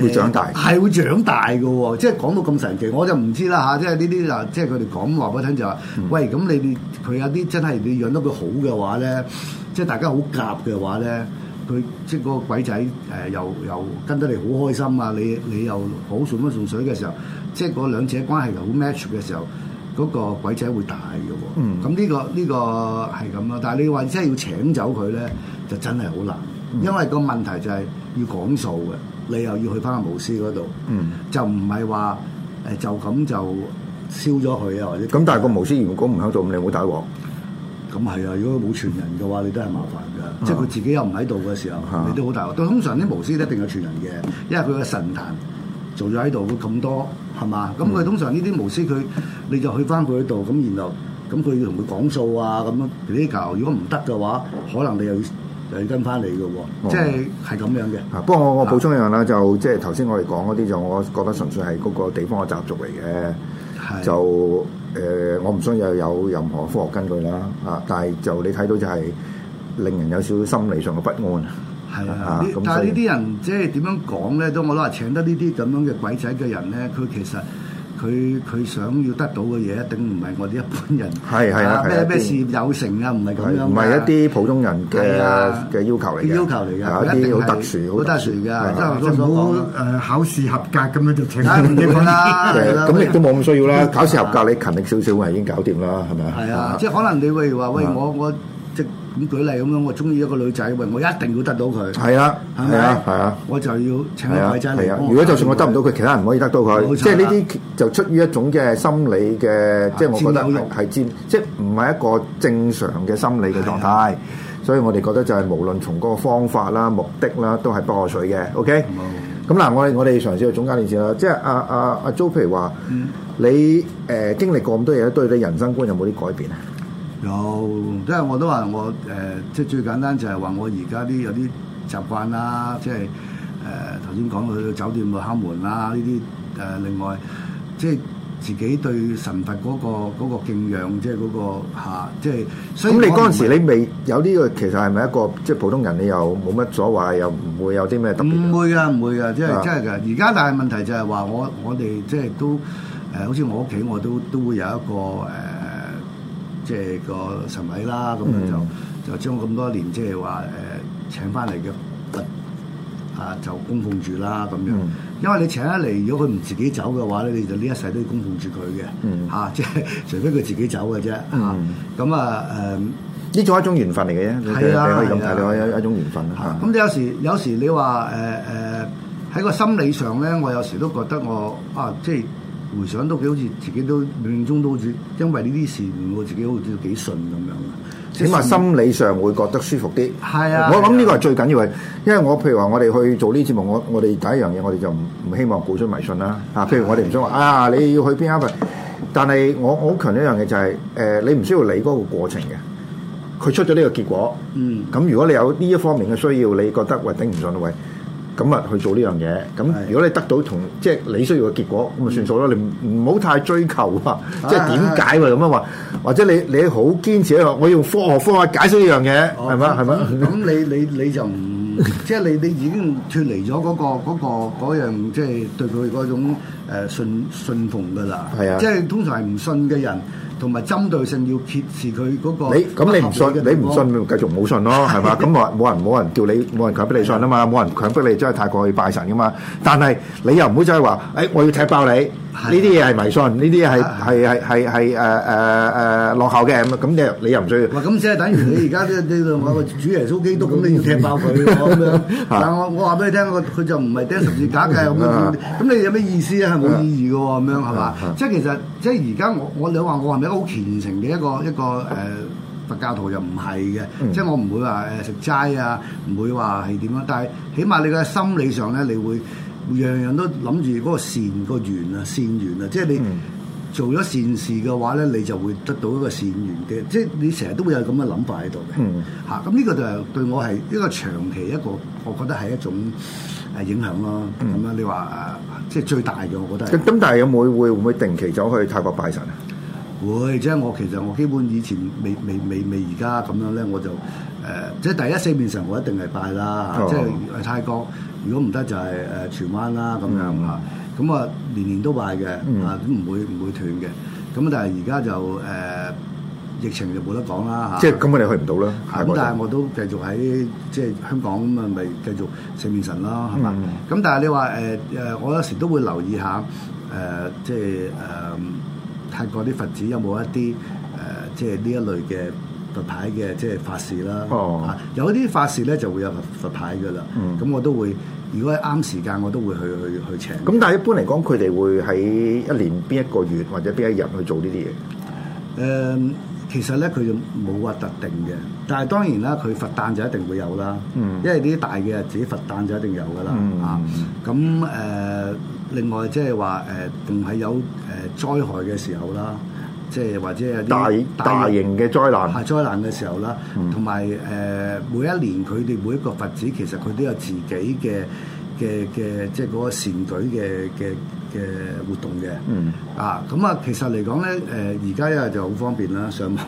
會長大誒係會長大嘅喎，即係講到咁神奇，我就唔知啦嚇，即係呢啲啊嗱，即係佢哋講話俾我聽就話，喂，咁你哋佢有啲真係你養得佢好嘅話咧，即係大家好夾嘅話咧，佢即係嗰個鬼仔誒、又又跟得你好開心啊，你你又好順風順水嘅時候，即係嗰兩者關係又好 match 嘅時候。嗰個鬼仔會大嘅喎，嗯咁呢、個呢、個係咁啦。但係你話真係要請走佢咧，就真係好難，嗯因為個問題就係要講數嘅，你又要去翻個巫師嗰度，嗯就唔係話誒就咁就燒咗佢啊，或者咁但係個巫師如果唔喺度，咁你冇大鑊。咁係啊！如果冇傳人嘅話，你都係麻煩㗎。即係啊佢自己又唔喺度嘅時候啊，你都好大鑊。通常啲巫師一定有傳人嘅，因為佢嘅神壇做咗喺度，佢咁多係嘛？咁嗯佢通常呢啲巫師佢你就去翻佢度，咁然後咁佢要同佢講數啊，咁樣呢嚿如果唔得嘅話，可能你又要又要跟翻你嘅哦喎，即係係咁樣嘅。啊，不過我我補充一樣啊啦，就即係頭先我哋講嗰啲，就我覺得純粹係嗰個地方嘅習俗嚟嘅。係就誒、呃我唔相信有有任何科學根據啦，啊！但係就你睇到就係令人有少少心理上嘅不安。係啊啊，呢咁但所係以呢啲人即係點樣講咧？都我都話請得呢啲咁樣嘅鬼仔嘅人咧，佢其實佢佢想要得到嘅嘢，一定唔係我哋一般人係係啦係啊啦咩咩啲事業有成啊，唔係咁係樣㗎，唔係 [laughs] 一啲普通人嘅係啊嘅要求嚟嘅？要求嚟㗎係佢一一定啲好係特殊、好特殊㗎係真係啊就唔好誒考試合格咁樣就請梗係唔 [laughs] 會啦誒啊係啦啊咁亦都冇咁需要啦。考試合格你勤力少少咪已經搞掂啦，係咪啊？係啊，即係可能你會話喂啊我我即係咁舉例咁樣，我中意一個女仔，喂我一定要得到佢，係啊，係係咪啊，係啊。我就要請係個啊，鬼仔嚟係啊幫。我如果就算我得唔到搞佢，掂其他人唔可以得到佢。冇錯即係呢啦啲就出於一種嘅心理嘅，即係我覺得啊佔有欲係係佔，即係唔係一個正常嘅心理嘅狀啊態。所以我哋覺得就係無論從嗰個方法啦、目的啦，都係不可取嘅。OK，咁嗱，我哋我哋嘗試去總結件事啦。即係啊阿阿阿 Jo，譬如話，嗯你誒經歷過咁多嘢，對你人生觀有冇啲改變啊？有，即係我都話我誒、呃即係最簡單就係話我而家啲有啲習慣啦，即係誒呃頭先講去到酒店度敲門啦，呢啲誒另外即係自己對神佛嗰、個嗰、個敬仰，即係嗰、個嚇、即係所咁以你我唔嗰陣係時你未有呢個，其實係咪一個即係普通人？你又冇乜所謂，又唔會有啲咩特別嘅？唔會啊，唔會啊，即啊係真係嘅。而家但係問題就係話我我哋即係都誒、呃好似我屋企我都都會有一個誒、呃即係個神位啦，咁樣就、嗯就將咁多年即係話誒請翻嚟嘅佛啊就供奉住啦咁樣。嗯因為你請得嚟，如果佢唔自己走嘅話咧，你就呢一世都要供奉住佢嘅，嚇、嗯即係除非佢自己走嘅啫，嚇、嗯咁啊誒。呢種係一種緣分嚟嘅啫，你你可以係啊咁係睇，啊你可以有一種緣分嚇啦。咁你有時有時你話誒誒喺個心理上咧，我有時都覺得我啊，即係回想到幾好似自己都冥冥中都好似因為呢啲事，令我自己好似幾順咁樣啊起碼心理上會覺得舒服啲。係啊我諗呢個係係最緊要嘅，因為我譬如話我哋去做呢啲節目，我我哋第一樣嘢我哋就唔唔希望鼓吹迷信啦。啊，譬如我哋唔想話啊，你要去邊一份，但係我我好強調一樣嘢就係、誒，你唔需要理嗰個過程嘅，佢出咗呢個結果。嗯咁如果你有呢一方面嘅需要，你覺得喂頂唔順喂，咁啊去做呢樣嘢。咁係嗯如果你得到同即係你需要嘅結果，咁咪啊算數咯。你唔唔好太追求 [laughs] 啊，即係點解喎咁樣話，或者你你好堅持一個，我用科學方法解釋呢樣嘢，係咪啊哦係咁咪？咁你你你就唔 [laughs] 即係你你已經脱離咗嗰、個嗰、個嗰樣即係對佢嗰種誒信信奉㗎啦。係啊即係通常係唔信嘅人，同埋針對性要揭示佢嗰個你咁你唔不合理信，嘅你地唔方信，咪繼續冇信咯，係嘛？咁冇人冇人冇人叫你，冇人強迫你信啊嘛，冇人強迫你真係太過去拜神噶嘛。但係你又唔好走去話，誒我要踢爆你，呢啲嘢係迷信，呢啲嘢係係係係係誒誒誒落後嘅咁，咁你又你又唔需要。哇！咁即係等於你而家呢呢度我個主耶穌基督咁，你要踢爆 [laughs] 佢喎咁樣。但我我話俾你聽，我佢就唔係釘十字架嘅咁樣，咁你有咩意思啊？係冇意義嘅喎，咁樣係嘛嗯嗯？即係其實即係而家我我你話我係咪一個好虔誠嘅一個一個誒、呃佛教徒又唔係嘅，嗯即係我唔會話誒食齋啊，唔會話係點樣，但係起碼你嘅心理上咧，你會樣樣都諗住嗰個善個緣啊，善緣啊，即係你。嗯做咗善事嘅話咧，你就會得到一個善緣嘅，即係你成日都會有咁嘅諗法喺度嘅。嗯嚇，咁呢個就係對我係一個長期一個，我覺得係一種誒影響咯。咁樣你話誒，即係最大嘅，我覺得嗯咁係咁但係有冇會會唔會定期走去泰國拜神啊？會。即係我其實我基本以前未未未未而家咁樣咧，我就誒、即係第一四面神我一定係拜啦。哦即係泰國，如果唔得就係誒荃灣啦咁樣嗯嚇。咁啊年年都拜嘅，嗯啊都唔會唔會斷嘅。咁但係而家就誒、疫情就冇得講啦嚇。即係咁，我哋去唔到啦。泰啊咁國就但係我都繼續喺即係香港咁啊，咪繼續四面神啦，係嘛嗯？咁、但係你話誒誒，我有時都會留意下誒、呃即係誒、嗯泰國啲佛寺有冇一啲誒、呃即係呢一類嘅佛牌嘅即係法事啦。哦啊有啲法事咧就會有佛佛牌噶啦。嗯咁、我都會，如果係啱時間，我都會去去去請。咁但係一般嚟講，佢哋會喺一年邊一個月或者邊一日去做呢啲嘢。誒、嗯其實咧佢就冇話特定嘅，但係當然啦，佢佛誕就一定會有啦，嗯因為呢啲大嘅日子佛誕就一定有噶啦、嗯啊。咁誒、另外即係話誒，仲、係有誒、呃災害嘅時候啦，即係或者有啲大大型嘅災難嗯係災難嘅時候啦，同埋誒呃每一年佢哋每一個佛寺其實佢都有自己嘅嘅嘅即係嗰個善舉嘅嘅嘅活動嘅。嗯啊，咁啊，其實嚟講咧，誒而家因為就好方便啦，上網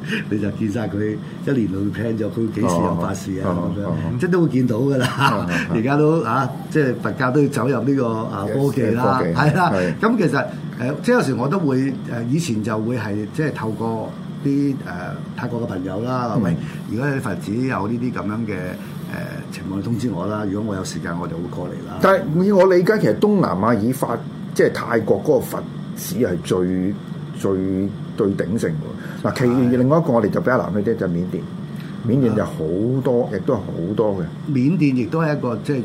[laughs] 你就見晒佢一年裏 plan 咗佢幾時有法事啊哦咁哦樣，即係都會見到噶啦哦哦。而家都啊，即係佛教都要走入呢個啊科技啦科技，係啦係。咁其實誒、呃即係有時我都會誒、呃以前就會係即係透過啲誒、呃泰國嘅朋友啦，係咪、如果你佛寺有呢啲咁樣嘅誒、呃情況，通知我啦。如果我有時間，我就會過嚟啦。但係以我理解，其實東南亞以法即係泰國嗰個佛寺係最最最鼎盛喎。嗱，其係啊另外一個我哋就比較難去啲就係緬甸，緬甸就好多，亦都係好多嘅。緬甸亦都係一個即係誒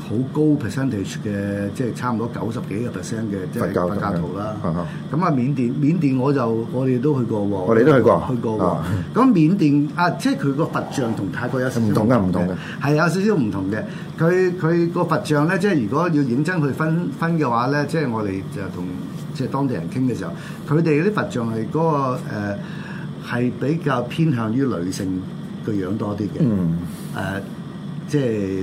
好高 percentage 嘅，即係差唔多九十幾個 percent 嘅即佛係教佛教徒啦。啊啊咁啊，緬甸緬甸我就我哋都去過喎，我哋都去過去過啊喎。咁緬甸啊，即係佢個佛像同泰國有少少唔同㗎唔同㗎係有少少唔同嘅。佢佢個佛像咧，即係如果要認真去分分嘅話咧，即係我哋就同即係當地人傾嘅時候，佢哋嗰啲佛像係嗰、個呃係、比較偏向於女性個樣多啲嘅。嗯。誒、呃即係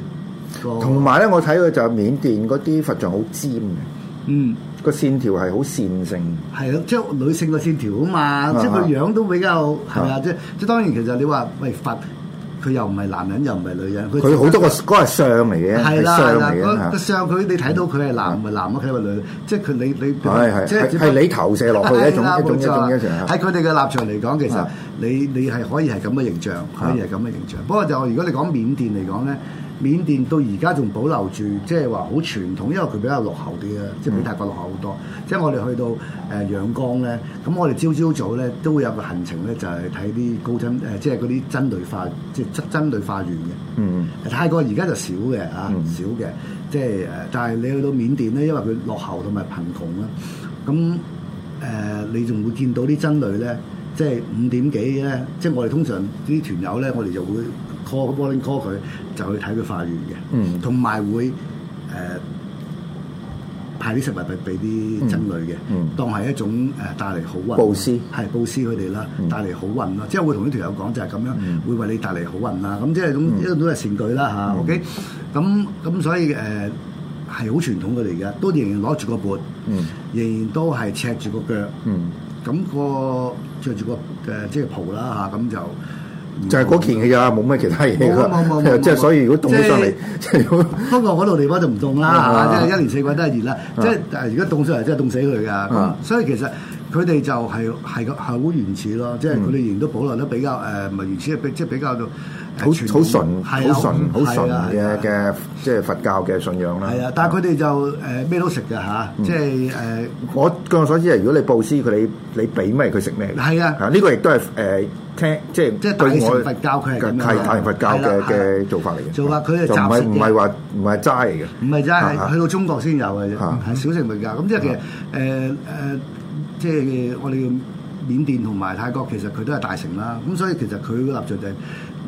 個同埋咧，我睇佢就係緬甸嗰啲佛像好尖嘅，嗯個線條係好線性。係咯，即係女性嘅線條啊嘛，啊即係佢樣都比較係啊啊，即係即係當然其實你話喂佛，佢又唔係男人又唔係女人，佢好多個嗰個係相嚟嘅，係係啦相係啦，嚟個嘅啊嚇。個相佢你睇到佢係男唔係男啊，佢係女，即係佢你你係係即係係係你投射落去嘅一種係啦一種冇錯啦一種一種嚇喺佢哋嘅立場嚟講，其實啊你你係可以係咁嘅形象，可以係咁嘅形象。不過就如果你講緬甸嚟講咧，緬甸到而家仲保留住即係話好傳統，因為佢比較落後啲啦，啊即係比泰國落後好多。即係我哋去到誒仰光咧，咁我哋朝朝早咧都會有個行程咧，就係睇啲高真誒，即係嗰啲真類化，即係真真類化園嘅。嗯，泰國而家就少嘅啊，少嘅，即係誒，但係你去到緬甸咧，因為佢落後同埋貧窮啦，咁誒、呃你仲會見到啲僧侶咧，即係五點幾咧，即係我哋通常啲團友咧，我哋就會 call morning call 佢，就去睇佢化緣嗯嘅，同埋、會誒、呃派啲食物俾俾啲僧侶嘅，嗯嗯當係一種誒帶嚟好運布施嗯係布施佢哋啦，帶嚟好運啦，即係會同呢條友講就係咁樣，會為你帶嚟好運啦。咁即係嗯咁一種都係善舉啦吓 OK，咁咁所以誒呃係好傳統嘅嚟嘅，都仍然攞住個缽，嗯仍然都係赤住個腳，嗯，咁個着住個誒即係袍啦吓，咁就就係嗰件嘅咋，冇乜其他嘢㗎冇冇冇冇 [laughs] 即係所以如果凍起上嚟，即即係如果不過嗰度地方就唔凍啊啦，嚇即係一年四季都係熱啦。即係但係如果凍上嚟真係凍死佢㗎。啊咁所以其實佢哋就係係個係好原始咯，即係嗯佢哋仍然都保留得比較誒，唔係原始，即係比較到好好純、好啊純、好純嘅啊嘅。嘅，即係佛教嘅信仰啦。啊係啊，但係佢哋就誒咩都食嘅嚇，嗯即係誒我據我所知係，如果你布施佢，你你俾咩佢食咩？係啊呢個亦都係誒聽即係即係大對乘我佛教佢係咁樣係嘅大乘佛教係啦嘅係啦嘅做法嚟嘅。做法佢係就唔雜係食嘅唔係話唔係齋嚟嘅。唔係真啊係啊去到中國先有嘅啫，啊係小乘佛教。咁即係其實誒誒，即係我哋緬甸同埋泰國其實佢都係大城啦。咁所以其實佢嘅立場就係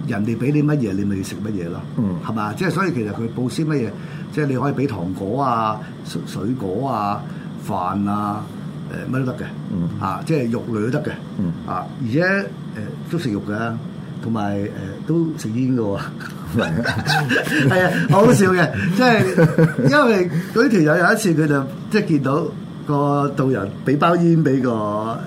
人哋俾你乜嘢，你咪要食乜嘢咯嗯，係嘛？即係所以其實佢布施乜嘢，即係你可以俾糖果啊、水水果啊、飯啊。誒乜都得嘅嗯，啊，即係肉類都得嘅嗯，啊，而且誒都食肉嘅，同埋誒都食煙嘅 [laughs] 喎。係啊，好好笑嘅，即係因為嗰條友有一次佢就即係見到個導遊俾包煙俾個，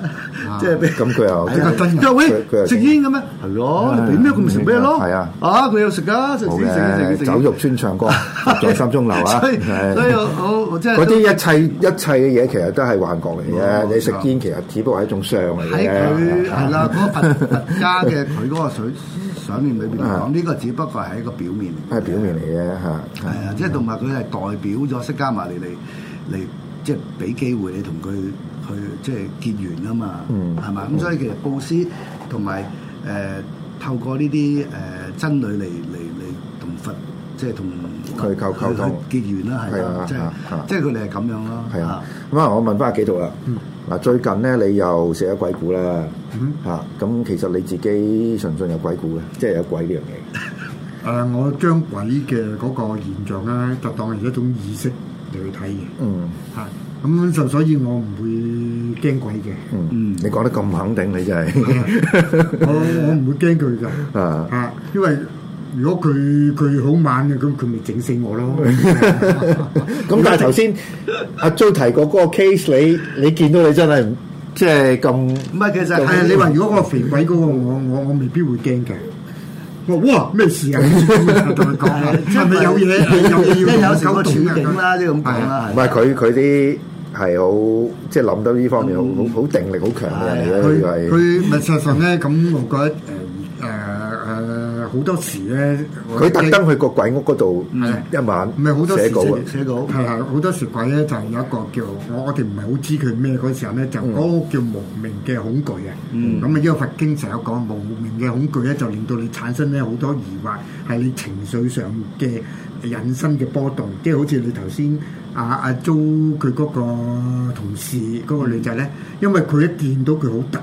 即係俾啊咁佢又係啊佢佢佢話佢又嗯喂食煙嘅咩？係咯，你俾咩佢咪食咩咯？係啊啊佢又食噶，食冇煙食煙食煙嘅，食酒煙肉穿唱 [laughs] 歌，在心中留啊！所以係所以我我我真係嗰啲一切一切嘅嘢其實都係幻覺嚟嘅，冇錯你食煙其實只不過係一種相嚟嘅。喺佢啊係啦，嗰個佛佛家嘅佢嗰個水想念裏邊嚟啊講，呢個只不過係一個表面嚟嘅。係表面嚟嘅嚇。係啊，即係同埋佢係代表咗釋迦牟尼嚟嚟，即係俾機會你同佢去即係結緣啊嘛，嗯係嘛？咁所以其實布施同埋誒透過呢啲誒真理嚟嚟嚟同佛即係同佢溝溝通去結緣啦，係係啊啦，即係啊啊即係佢哋係咁樣咯，係啊，咁啊，我問翻阿幾度啦。嗯嗱，最近咧你又寫咗鬼故啦，嚇咁其實你自己信唔信有鬼故嘅？即係有鬼呢樣誒、我將鬼嘅嗰個現象咧，就當係一種意識嚟去睇嘅嘢。嗯嚇。咁就所以我唔會驚鬼嘅，嗯嗯，你講得咁肯定，你真 [laughs] 係我我唔會驚佢㗎。啊啊，因為如果佢佢好猛啊嘅，咁佢咪整死 [laughs] 我咯。咁但係頭先阿 Jo 提過嗰個 case，你你見到你真係唔即係咁唔係其實係啊係你話如果個肥鬼嗰個，我我我未必會驚嘅。我話哇咩 [laughs] 事啊？同佢講啊，係咪有嘢？有即嘢係 [laughs] 要有時個處溝境通啊啦，即係咁講係啦，唔係係佢佢啲係好即係諗到呢方面好好好定力好強嘅人嚟嗯啊佢嘅，佢係佢咪事實上咧，咁我覺得誒誒誒好多時咧，我佢特登去個鬼屋嗰度一晚嗯唔係好多時寫稿啊即係寫稿係係好多時鬼咧就係有一個叫我我哋唔係好知佢咩嗰時候咧，就嗯嗰個叫無名嘅恐懼啊。咁啊，因為佛經成日講無名嘅恐懼咧，就令到你產生咧好多疑惑，係你情緒上嘅引申嘅波動，即係好似你頭先阿嗯阿 Jo 佢嗰個同事嗰、個女仔咧，因為佢一見到佢好突然。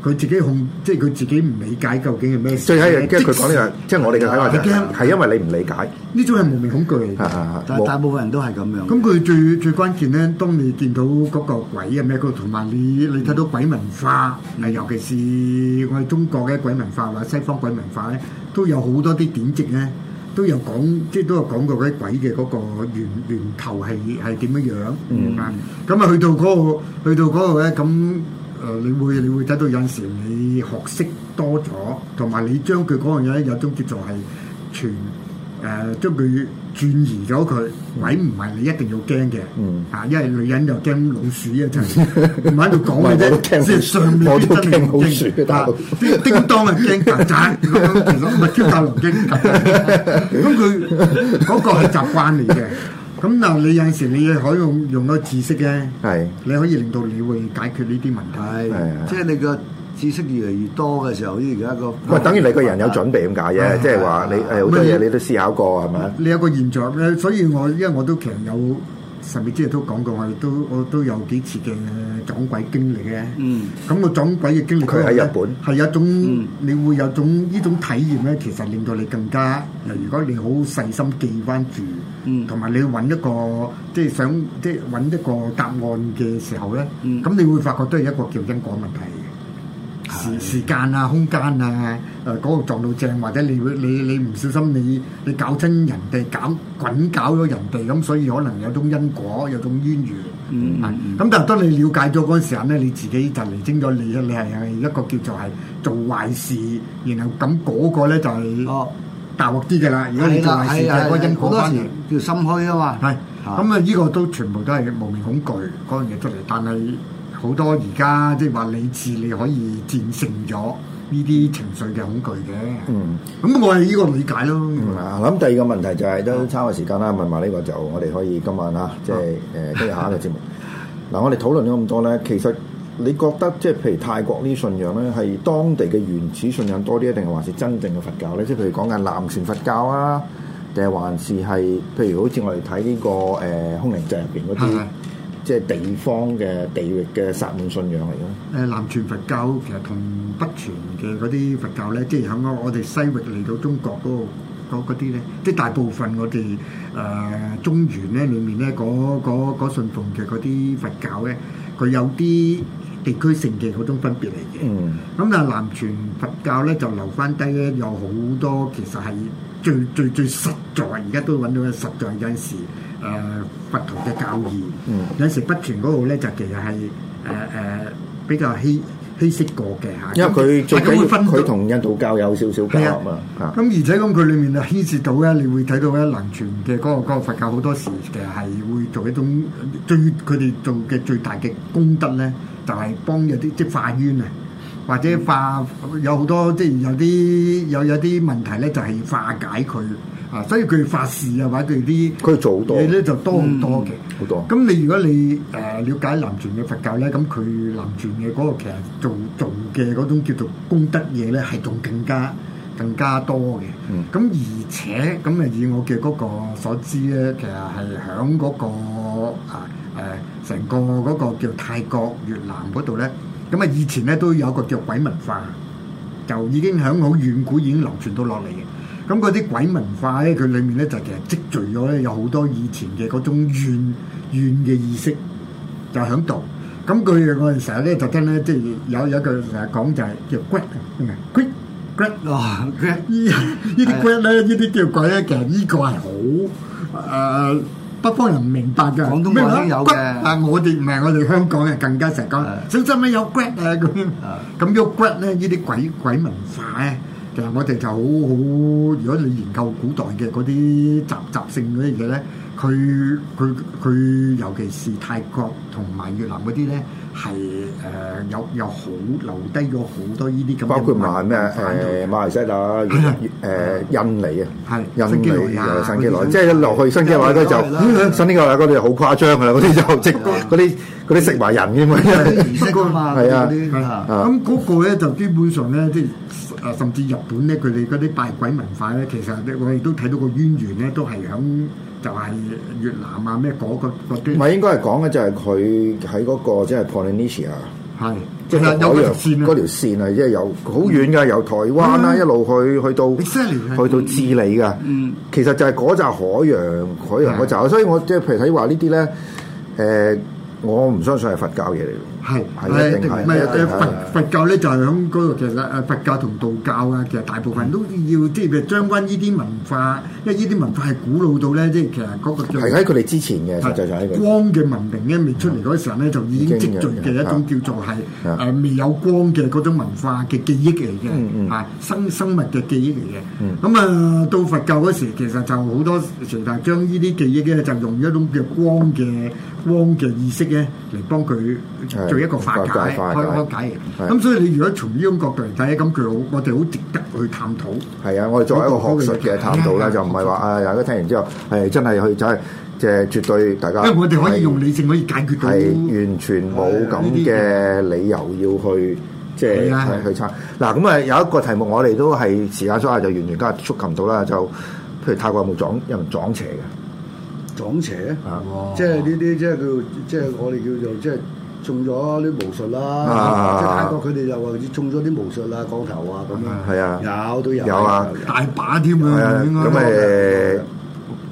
佢自己控，即係佢自己唔理解究竟係咩事。最緊要驚佢講呢樣，即係我哋嘅睇法就係驚係係因為你唔理解，呢種係無名恐啊懼嚟嘅。但係大冇部分人都係咁樣。咁佢最最關鍵咧，當你見到嗰個鬼啊咩，佢同埋你你睇到鬼文化，嗱尤其是我哋中國嘅鬼文化或者西方鬼文化咧，都有好多啲典籍咧，都有講即係都有講過嗰啲鬼嘅嗰個源源頭係係點樣樣，啊咁啊去到嗰、個去到嗰度咧，咁誒、呃你會你會睇到有陣時你學識多咗，同埋你將佢嗰樣嘢咧有種叫做係全。誒呃將佢轉移咗佢，鬼唔係你一定要驚嘅，嗯啊，因為女人又驚老鼠啊，[laughs] 真係唔喺度講嘅唔係我都啫，驚即係上面我都啲真係驚老鼠嘅大佬啊叮叮當啊驚曱甴，咁樣其實唔係叫大龍驚曱甴，[laughs] 咁佢嗰個係習慣嚟嘅。咁嗱，你有陣時你可以用用嗰個知識咧，係你可以令到你會解決呢啲問係題。啊係，即係你個知識越嚟越多嘅時候，好似而家個唔係等啊於你個人有準備咁解啫，即係話你誒好多嘢你都思考過係咪啊？你有個現象咧，所以我因為我都其實有神秘之夜都講過，我亦都我都有幾次嘅撞鬼經歷嘅。嗯咁我撞鬼嘅經歷，佢喺日本係有一種、嗯你會有種呢種體驗咧，其實令到你更加，如果你好細心記翻住，嗯同埋你揾一個即係想即係揾一個答案嘅時候咧，咁、嗯你會發覺都係一個叫因果問題嘅。時時間啊、空間啊、誒嗰度撞到正，或者你會你你唔小心你你搞親人哋，搞滾搞咗人哋，咁所以可能有種因果，有種淵源。嗯啊嗯咁、但係當你了解咗嗰陣時候咧，你自己就釐清咗你你係係一個叫做係做壞事，然後咁嗰個咧就係哦。大鑊啲嘅啦。如果你係做啦，壞事係就啊，係嗰個因好果多翻嚟時。叫心虛啊嘛。係，啊咁啊呢個都全部都係無名恐懼嗰樣嘢出嚟，但係好多而家即係話理智你可以戰勝咗呢啲情緒嘅恐懼嘅。嗯，咁我係呢個理解咯。嗯啊，咁第二個問題就係、都差嘅時間啦，問埋呢個就我哋可以今晚啊，即係誒跟住下一個節目。嗱，我哋討論咗咁多咧，其實你覺得即係譬如泰國呢啲信仰咧，係當地嘅原始信仰多啲，定係還是真正嘅佛教咧？即係譬如講緊南傳佛教啊，定係還是係譬如好似我哋睇呢個誒、呃空靈祭入邊嗰係啲係，即係地方嘅地域嘅薩滿信仰嚟嘅。誒南傳佛教其實同北傳嘅嗰啲佛教咧，即係喺我我哋西域嚟到中國嗰、個嗰嗰啲咧，即係大部分我哋誒、中原咧裏面咧嗰嗰嗰信奉嘅嗰啲佛教咧，佢有啲地區性嘅嗰種分別嚟嘅。嗯咁但係南傳佛教咧就留翻低咧，有好多其實係最最最實在，而家都揾到嘅實在有陣時誒、呃佛陀嘅教義，嗯有陣時北傳嗰度咧就其實係誒誒呃比較稀稀釋過嘅嚇，因為佢最大家緊會要分到佢同印度教有少少交係啊合啊。啊咁而且咁佢裏面啊牽涉到咧，你會睇到咧南傳嘅嗰個嗰個佛教好多時其實係會做一種最佢哋做嘅最大嘅功德咧，就係、幫有啲即係化冤啊，或嗯者化有好多即係有啲有有啲問題咧，就係化解佢啊，所以佢化事啊或者佢啲佢做好多嗯嘢咧就多好多嘅。好多。咁你如果你誒、呃了解南傳嘅佛教咧，咁佢南傳嘅嗰個其實做做嘅嗰種叫做功德嘢咧，係仲更加更加多嘅。嗯咁、而且咁啊，以我嘅嗰個所知咧，其實係響嗰個啊誒成、個嗰個叫泰國越南嗰度咧，咁啊以前咧都有一個叫鬼文化。就已經響好遠古已經流傳到落嚟嘅。咁嗰啲鬼文化咧，佢裡面咧就其實積聚咗咧有好多以前嘅嗰種怨怨嘅意識，就喺度。咁佢我哋成日咧特登咧，即係有有一句成日講就係叫 grit 啊，grit grit 哦，佢呢呢啲鬼咧，呢啲叫鬼咧，其實呢個係好誒北方人唔明白嘅，廣東話都有嘅咩啊但我哋唔係，我哋香港人更加成日講係，小心咩有 g 啊咁樣啊。咁呢個 g 咧，呢啲鬼鬼文化咧，其實我哋就好好，如果你研究古代嘅嗰啲習習性嗰啲嘢咧，佢佢佢尤其是泰國同埋越南嗰啲咧，係誒有有好留低咗好多呢啲咁嘅包括啊埋咩文化喺度誒馬來西亞、越誒印尼啊係，印新尼幾內亞又係新幾內亞，嗰啲即係一落去新幾內亞嗰就新幾內亞嗰啲好誇張噶啦，嗰啲就即嗰啲嗰啲食埋人嘅嘛。儀式啊嘛，係啊嗰啲啊啊咁嗰個咧就基本上咧，即係誒甚至日本咧，佢哋嗰啲拜鬼文化咧，其實我哋都睇到個淵源咧，都係響就係越南啊咩嗰個嗰唔啲係應該係講嘅就係佢喺嗰個即係 Polynesia，係即其係實有嗰個條線嗰條啊，線啊，即係由好遠㗎，由台灣啦嗯一路去去到 Exactly，係去到智利㗎。嗯，其實就係嗰扎海洋海洋嗰扎，所以我即係譬如睇話呢啲咧，誒我唔相信係佛教嘢嚟嘅。係係一定係唔係一定係誒佛佛教咧就係響嗰度，其實誒佛教同道教啊，其實大部分都要即係將軍呢啲文化，因為呢啲文化係古老到咧，即係其實嗰個叫係喺佢哋之前嘅，實際上喺佢哋。光嘅文明咧未出嚟嗰時候咧，就已經積聚嘅一種叫做係啊誒未有光嘅嗰種文化嘅記憶嚟嗯嗯嘅，啊生生物嘅記嗯憶嚟嘅。咁啊到佛教嗰時，其實就好多時就將呢啲記憶咧，就用一種叫光嘅光嘅意識咧嚟幫佢係做一個化解、化解化解開開解係嘅。咁所以你如果從呢種角度嚟睇咧，咁佢好我哋好值得去探討。係啊，我哋作為一個學術嘅探討啦，嗯就唔係話啊大家聽完之後係真係去走去，即係絕對大家因為我哋可以用理性可以解決到。啊係完全冇咁嘅理由要去。即係係啊係去去參嗱，咁啊有一個題目我哋都係時間所限就完全都係觸及唔到啦，就譬如泰國有冇撞有人撞邪嘅？撞邪啊，即係呢啲即係叫即係我哋叫做即係中咗啲巫術啊啦，即係泰國佢哋就話中咗啲巫術啦，降頭啊咁係啊，樣，有都有有啊大把添係啊啊，應該咁誒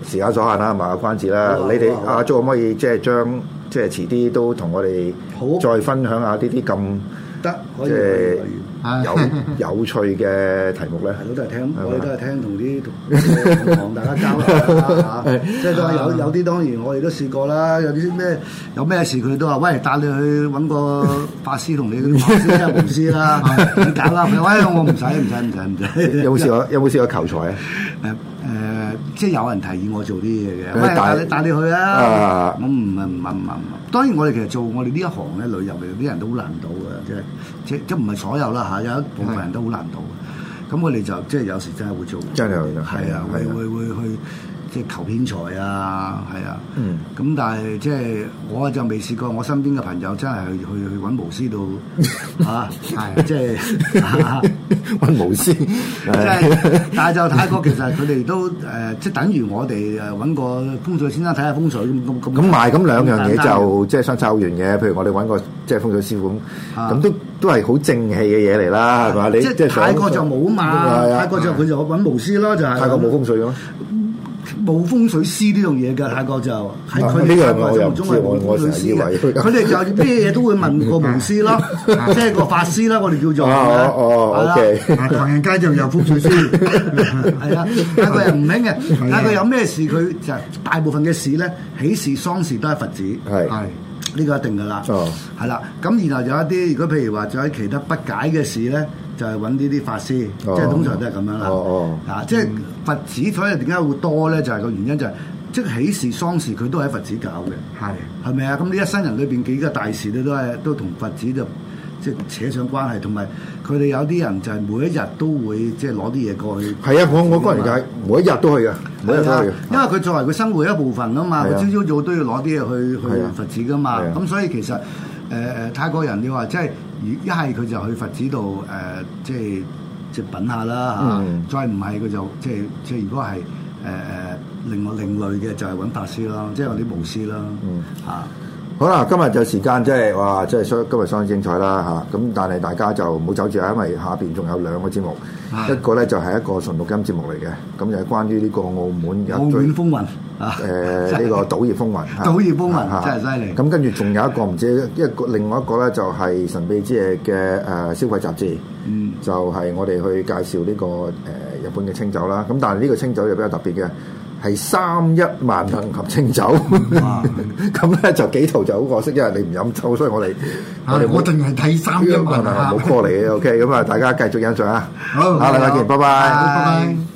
時間所限啦，賣下關子啦好。啊你哋好啊好啊阿 Jo 可唔可以即係將即係遲啲都同我哋好再分享下呢啲咁得可以即可以係可以。有 [laughs] 有趣嘅題目咧？係咯，都係聽，係嘛我哋都係聽同啲同同行大家交流 [laughs] 啦嚇即係都係有有啲當然我哋都試過啦，有啲咩有咩事佢都話喂帶你去揾個法師同你嗰啲法師啊、巫師 [laughs] 啦，哎你搞啦，喂我唔使唔使唔使唔 [laughs] 使。有冇試過有冇試過求財啊？誒誒呃即係有人提議我做啲嘢嘅，你喂，帶帶你帶你去啊啊！我唔唔唔唔唔，當然我哋其實做我哋呢一行咧，旅遊嘅啲人都好難到嘅，即係即即唔係所有啦嚇，有一部分人都好難到嘅。咁我哋就即係有時真係會做，真係有嘅係啊，係會啊會會去即係求偏財啊，係啊。嗯咁但係即係我就未試過，我身邊嘅朋友真係去去去揾巫師度 [laughs] 嚇，係啊即係。 [laughs] 啊揾 [laughs] 無師，即 [laughs] 係，但係就泰國其實佢哋都誒、呃即係等於我哋誒揾個風水先生睇下風水咁咁咁。咁埋咁兩樣嘢簡單嘅就即係相差好遠嘅，譬如我哋揾個即係風水師傅咁，啊咁都都係好正氣嘅嘢嚟啦，係嘛？你即係想泰國就冇係啊嘛，啊泰國就佢就揾巫師咯，就係泰國冇風水嘅咩？冇風水師呢樣嘢㗎，泰國就喺啊佢呢哋樣泰國我又唔心目中知係我冇我風成日以水師為嘅， [laughs] 佢哋就咩嘢都會問 [laughs] 個巫師咯，即係個法師啦，我哋叫做。啊哦哦係啦，OK。啊唐人街就有風水 [laughs] 師，係啊，但係佢又唔明嘅啊，但係佢有咩事佢就大部分嘅事咧，喜事喪事都係佛子。係係呢個一定噶啦，哦係啦、咁然後有一啲，如果譬如話仲有其他不解嘅事咧，就係揾呢啲法師，哦即係通常都係咁樣啦。哦啊，即係佛寺，所以點解會多咧？就係、個原因就係、即係喜事喪事，佢都喺佛寺搞嘅，係係咪啊？咁呢一生人裏邊幾個大事咧，都係都同佛寺就即係扯上關係，同埋佢哋有啲人就係每一日都會即係攞啲嘢過去。係啊，我我嗰陣就每一日都去嘅，每一日都啊去嘅，因為佢作為佢生活一部分啊嘛，係佢啊朝朝早都要攞啲嘢去去係啊佛寺噶嘛係啊，咁所以其實誒誒、呃泰國人你話即係如一係佢就去佛寺度誒、呃即係即係品下啦嗯嚇，再唔係佢就即係即係如果係誒誒另外另類嘅就係揾法師啦，即係有啲巫師啦嗯嚇。好啦，今日就時間即係哇，即係相今日相當精彩啦嚇。咁但係大家就唔好走住啊，因為下邊仲有兩個節目，啊一個咧就係一個純錄音節目嚟嘅，咁就係關於呢個澳門有澳最門風雲啊！誒呢個賭業風雲，賭業風雲啊真係犀利咁跟住仲有一個唔知一個另外一個咧，就係神秘之夜嘅誒消費雜誌，嗯就係我哋去介紹呢個誒日本嘅清酒啦。咁但係呢個清酒就比較特別嘅，係三一萬能合清酒。 [laughs] 咁咧就幾圖就好可惜，因為你唔飲酒，所以我哋啊哋我淨係睇三一萬冇啊， call 你嘅。OK，咁啊，大家繼續欣賞啊。好下禮拜見，拜拜。拜拜。